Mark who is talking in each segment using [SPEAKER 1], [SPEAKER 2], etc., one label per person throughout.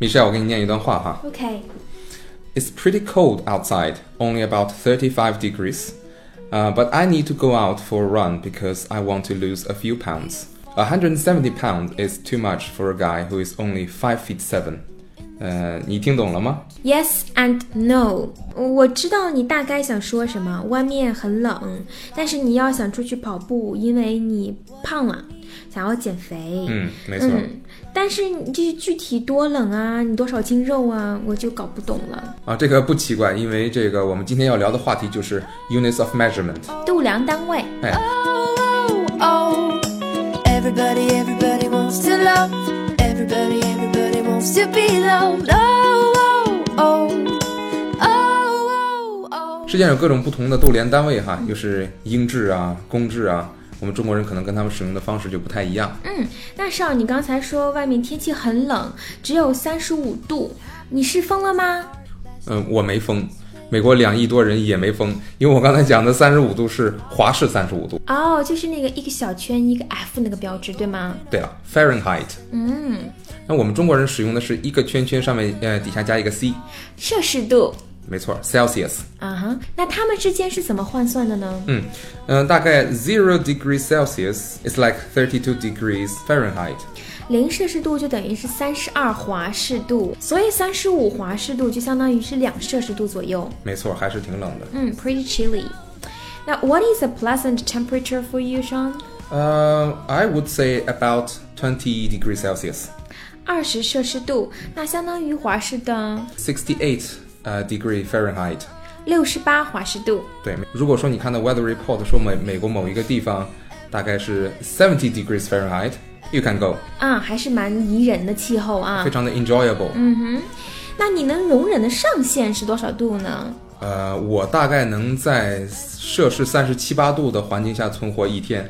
[SPEAKER 1] Michelle，我给你念一段话哈。
[SPEAKER 2] Okay.
[SPEAKER 1] It's pretty cold outside, only about 35 degrees. Uh, but I need to go out for a run because I want to lose a few pounds. 170 pounds is too much for a guy who is only 5 feet 7. 呃，你听懂了吗？
[SPEAKER 2] Yes and no，我知道你大概想说什么。外面很冷，但是你要想出去跑步，因为你胖了，想要减肥。
[SPEAKER 1] 嗯，没错。
[SPEAKER 2] 嗯，但是你这具体多冷啊，你多少斤肉啊，我就搞不懂了。
[SPEAKER 1] 啊，这个不奇怪，因为这个我们今天要聊的话题就是 units of measurement。
[SPEAKER 2] 度量单位，
[SPEAKER 3] Oh, oh, oh. Everybody, everybody wants to love. Everybody, everybody wants to be loved. Oh, oh, oh. Oh, oh,
[SPEAKER 1] 世界上有各种不同的度量单位哈，又是英制啊、公制啊，我们中国人可能跟他们使用的方式就不太一样。
[SPEAKER 2] 嗯，那少，你刚才说外面天气很冷，只有三十五度，你是疯了吗？
[SPEAKER 1] 嗯，我没疯，美国两亿多人也没疯，因为我刚才讲的三十五度是华氏三十五度。
[SPEAKER 2] 哦、就是那个一个小圈一个 F 那个标志，对吗？
[SPEAKER 1] 对了，Fahrenheit。
[SPEAKER 2] 嗯，
[SPEAKER 1] 那我们中国人使用的是一个圈圈上面呃底下加一个 C，
[SPEAKER 2] 摄氏度。
[SPEAKER 1] 没错，Celsius。
[SPEAKER 2] 啊哈，那他们之间是怎么换算的呢？
[SPEAKER 1] 嗯嗯、呃大概 zero degree Celsius is like thirty two degrees Fahrenheit。
[SPEAKER 2] 零摄氏度就等于是三十二华氏度，所以三十五华氏度就相当于是两摄氏度左右。
[SPEAKER 1] 没错，还是挺冷的。
[SPEAKER 2] 嗯，pretty chilly。那 What is a pleasant temperature for you, Sean？
[SPEAKER 1] 呃、i would say about twenty degree Celsius。
[SPEAKER 2] 二十摄氏度，那相当于华氏的
[SPEAKER 1] sixty eight 呃 degree Fahrenheit。
[SPEAKER 2] 六十八华氏度。
[SPEAKER 1] 对，如果说你看到 weather report 说美美国某一个地方大概是 seventy degrees Fahrenheit，you can go，
[SPEAKER 2] 啊，还是蛮宜人的气候啊
[SPEAKER 1] 非。常的 enjoyable。
[SPEAKER 2] 那你能容忍的上限是多少度 呢？
[SPEAKER 1] 呃，我大概能在摄氏三十七八度的环境下存活一天，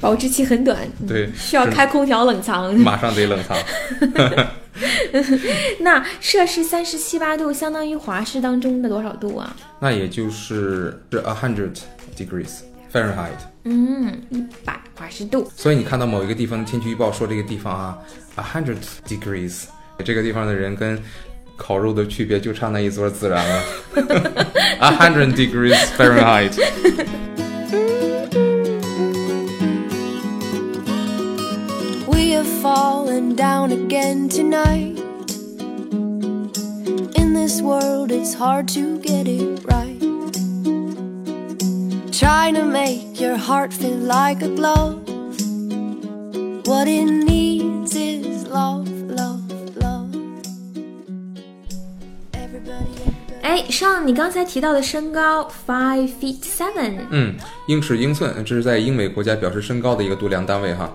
[SPEAKER 2] 保质期很短，嗯
[SPEAKER 1] 对，
[SPEAKER 2] 需要
[SPEAKER 1] 是
[SPEAKER 2] 开空调冷藏。
[SPEAKER 1] 马上得冷藏。
[SPEAKER 2] 那摄氏三十七八度相当于华氏当中的多少度啊？
[SPEAKER 1] 那也就是是 a hundred degrees Fahrenheit。
[SPEAKER 2] 嗯，一百华氏度。
[SPEAKER 1] 所以你看到某一个地方的天气预报说这个地方啊，a hundred degrees，这个地方的人跟烤肉的区别就差那一撮孜然了。a hundred degrees Fahrenheit。
[SPEAKER 3] oh. We have fallen down again tonight. In this world, it's hard to get it right. Trying to make your heart feel like a glove. What it needs is love, love, love. Everybody.
[SPEAKER 2] 哎，上你刚才提到的身高 five feet seven，
[SPEAKER 1] 嗯，英尺、英寸，这是在英美国家表示身高的一个度量单位哈。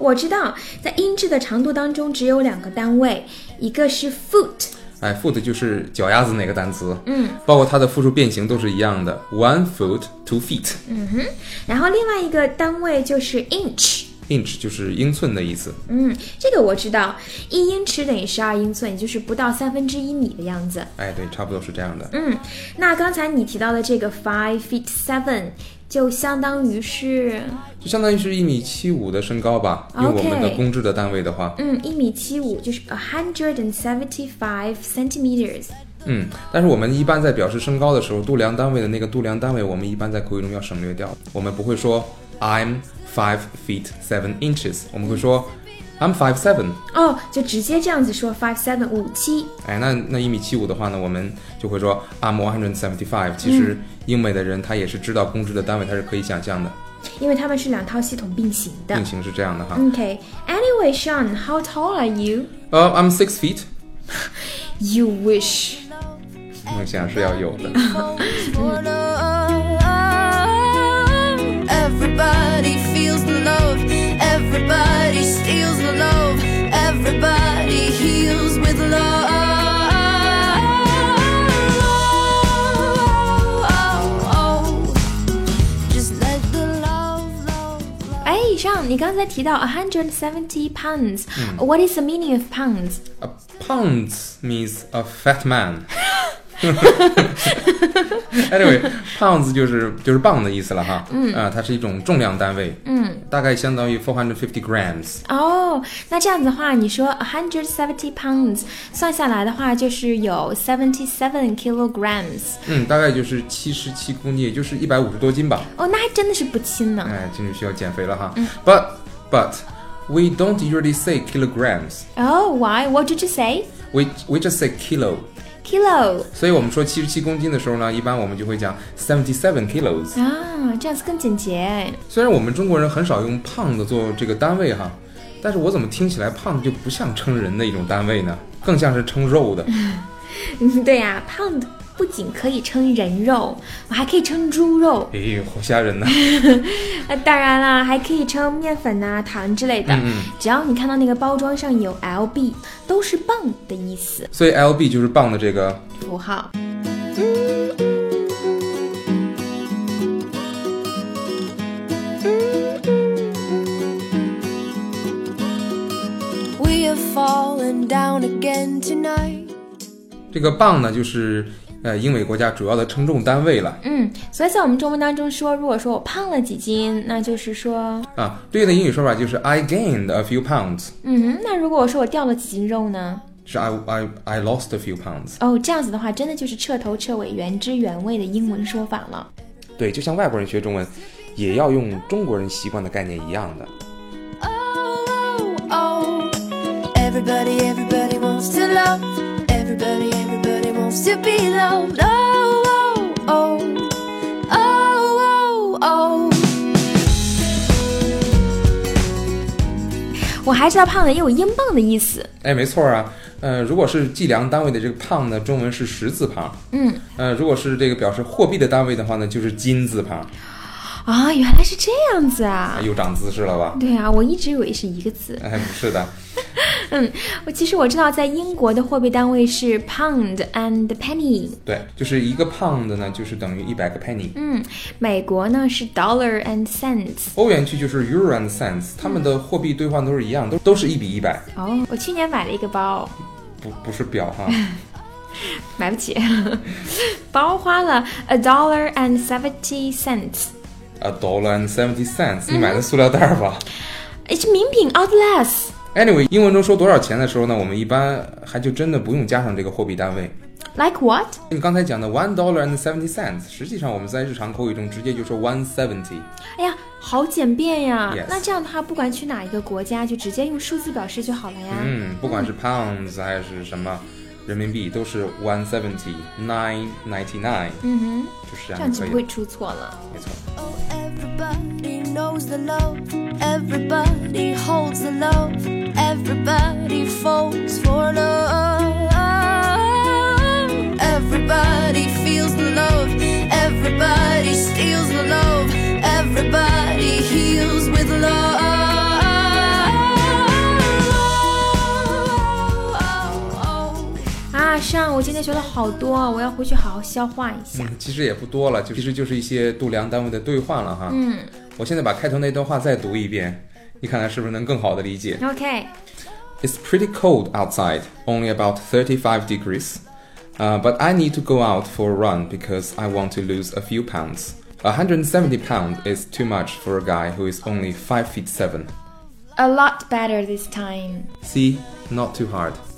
[SPEAKER 2] 我知道在英制的长度当中只有两个单位，一个是 foot，
[SPEAKER 1] 哎，foot 就是脚丫子那个单词，嗯，包括它的复数变形都是一样的，one foot, two feet。
[SPEAKER 2] 然后另外一个单位就是 inch。
[SPEAKER 1] inch 就是英寸的意思。
[SPEAKER 2] 嗯，这个我知道，一英尺等于十二英寸，也就是不到三分之一米的样子。
[SPEAKER 1] 哎，对，差不多是这样的。
[SPEAKER 2] 嗯，那刚才你提到的这个 five feet seven 就相当于是
[SPEAKER 1] 就相当于是一米七五的身高吧。用我们的
[SPEAKER 2] OK
[SPEAKER 1] 公制的单位的话，
[SPEAKER 2] 嗯一米七五，就是 a hundred and seventy five centimeters。
[SPEAKER 1] 嗯，但是我们一般在表示身高的时候，度量单位的那个度量单位，我们一般在口语中要省略掉。我们不会说 I'm five feet seven inches，我们会说 I'm five seven。
[SPEAKER 2] 哦，就直接这样子说 five seven 五七。
[SPEAKER 1] 哎，那那一米七五的话呢，我们就会说 I'm one hundred seventy five。其实英美的人他也是知道公制的单位，他是可以想象的，
[SPEAKER 2] 因为它们是两套系统并行的
[SPEAKER 1] 并。行是这样的哈。
[SPEAKER 2] Okay. Anyway, Sean, how tall are you?
[SPEAKER 1] 呃、i m six feet，
[SPEAKER 2] You wish.
[SPEAKER 1] 梦想是要有的。
[SPEAKER 3] Everybody feels the love. Everybody steals the love. Everybody heals with love. Just let the love, love, love.
[SPEAKER 2] 哎，上你刚才提到 a hundred seventy pounds、What is the meaning of pounds?
[SPEAKER 1] A pound means a fat man. Anyway，pounds 就是就是磅的意思了哈。嗯，啊、它是一种重量单位，
[SPEAKER 2] 嗯，
[SPEAKER 1] 大概相当于 four hundred fifty grams。
[SPEAKER 2] 哦，那这样子的话，你说 a hundred seventy pounds 算下来的话，就是有 seventy seven kilograms。
[SPEAKER 1] 嗯，大概就是七十七公斤，也就是一百五十多斤吧。
[SPEAKER 2] 哦，那还真的是不轻呢。
[SPEAKER 1] 哎，这就需要减肥了哈。But but we don't usually say kilograms.
[SPEAKER 2] Oh, why? What did you say?
[SPEAKER 1] We we just say kilo.
[SPEAKER 2] Kilo
[SPEAKER 1] 所以我们说七十七公斤的时候呢，一般我们就会讲 seventy seven kilos。
[SPEAKER 2] 啊，这样子更简洁。
[SPEAKER 1] 虽然我们中国人很少用胖的做这个单位哈，但是我怎么听起来胖就不像称人的一种单位呢？更像是称肉的。
[SPEAKER 2] 嗯，对呀、胖的不仅可以称人肉，我还可以称猪 肉，
[SPEAKER 1] 哎，好吓人呐、
[SPEAKER 2] 呃，当然啦，还可以称面粉呐、糖之类的。只要你看到那个包装上有 LB，都是磅的意思
[SPEAKER 1] 所以 lb 就是磅的这个
[SPEAKER 2] 符号。
[SPEAKER 3] We have fallen down again tonight.
[SPEAKER 1] 这个磅呢，就是呃英美国家主要的称重单位了
[SPEAKER 2] 嗯，所以在我们中文当中说，如果说我胖了几斤，那就是说，
[SPEAKER 1] 啊。对应的英语说法就是 I gained a few pounds，
[SPEAKER 2] 嗯，那如果我说我掉了几斤肉呢？
[SPEAKER 1] 是 I I I lost a few pounds。
[SPEAKER 2] 哦，这样子的话，真的就是彻头彻尾、原汁原味的英文说法了。
[SPEAKER 1] 对，就像外国人学中文，也要用中国人习惯的概念一样的。
[SPEAKER 3] Oh, oh, oh. Everybody, everybody wants to love. Everybody, everybody wants to be loved. Oh, oh, oh. Oh, oh, oh.
[SPEAKER 2] 我还知道胖了也有英镑的意思。
[SPEAKER 1] 哎，没错啊，呃，如果是计量单位的这个磅呢，中文是十字旁，
[SPEAKER 2] 嗯，
[SPEAKER 1] 呃，如果是这个表示货币的单位的话呢，就是金字旁。
[SPEAKER 2] 啊、原来是这样子啊
[SPEAKER 1] 哎。又长姿势了吧？
[SPEAKER 2] 对啊，我一直以为是一个字。
[SPEAKER 1] 哎，不是的，
[SPEAKER 2] 我其实我知道，在英国的货币单位是 pound and penny，
[SPEAKER 1] 对，就是一个 pound 呢，就是等于一百个 penny。
[SPEAKER 2] 嗯，美国呢是 dollar and cents。
[SPEAKER 1] 欧元区就是 euro and cents，他们
[SPEAKER 2] 嗯
[SPEAKER 1] 的货币兑换都是一样，都都是一比一百，
[SPEAKER 2] 哦，我去年买了一个包，
[SPEAKER 1] 不不是表 哈。
[SPEAKER 2] 买不起， 包花了 a dollar and seventy cents。
[SPEAKER 1] A 啊 dollar and seventy cents，你买
[SPEAKER 2] 嗯
[SPEAKER 1] 的塑料袋儿吧。
[SPEAKER 2] 哎，这名品 Outlast。
[SPEAKER 1] Anyway，英文中说多少钱的时候呢，我们一般还就真的不用加上这个货币单位。
[SPEAKER 2] Like what？
[SPEAKER 1] 你刚才讲的 one dollar and seventy cents，实际上我们在日常口语中直接就说 one seventy。
[SPEAKER 2] 哎呀，好简便呀
[SPEAKER 1] Yes
[SPEAKER 2] 那这样的话，不管去哪一个国家，就直接用数字表示就好了呀。
[SPEAKER 1] 嗯，不管是 pounds 还是什么人民币，都是 one seventy nine ninety nine，
[SPEAKER 2] 嗯哼，
[SPEAKER 1] 就是这
[SPEAKER 2] 这
[SPEAKER 1] 样
[SPEAKER 2] 样
[SPEAKER 1] 就
[SPEAKER 2] 就
[SPEAKER 1] 可以
[SPEAKER 2] 不
[SPEAKER 1] 了
[SPEAKER 2] 会。出错了。
[SPEAKER 1] 没错。
[SPEAKER 3] Oh, everybody knows the love. Everybody holds the love. Everybody falls for love. Everybody feels the love. Everybody steals the love. Everybody heals with love. Oh, oh,
[SPEAKER 2] 啊，上，我今天学了好多，我要回去好好消化一下。
[SPEAKER 1] 嗯，其实也不多了，就其实就是一些度量单位的兑换了哈。嗯，我现在把开头那段话再读一遍，你看看是不是能更好的理解
[SPEAKER 2] OK，
[SPEAKER 1] ？It's pretty cold outside, only about thirty-five degrees. Uh, but I need to go out for a run because I want to lose a few pounds. 170 pounds is too much for a guy who is only 5 feet 7.
[SPEAKER 2] a lot better this time.
[SPEAKER 1] See, not too hard.
[SPEAKER 3] Oh, oh,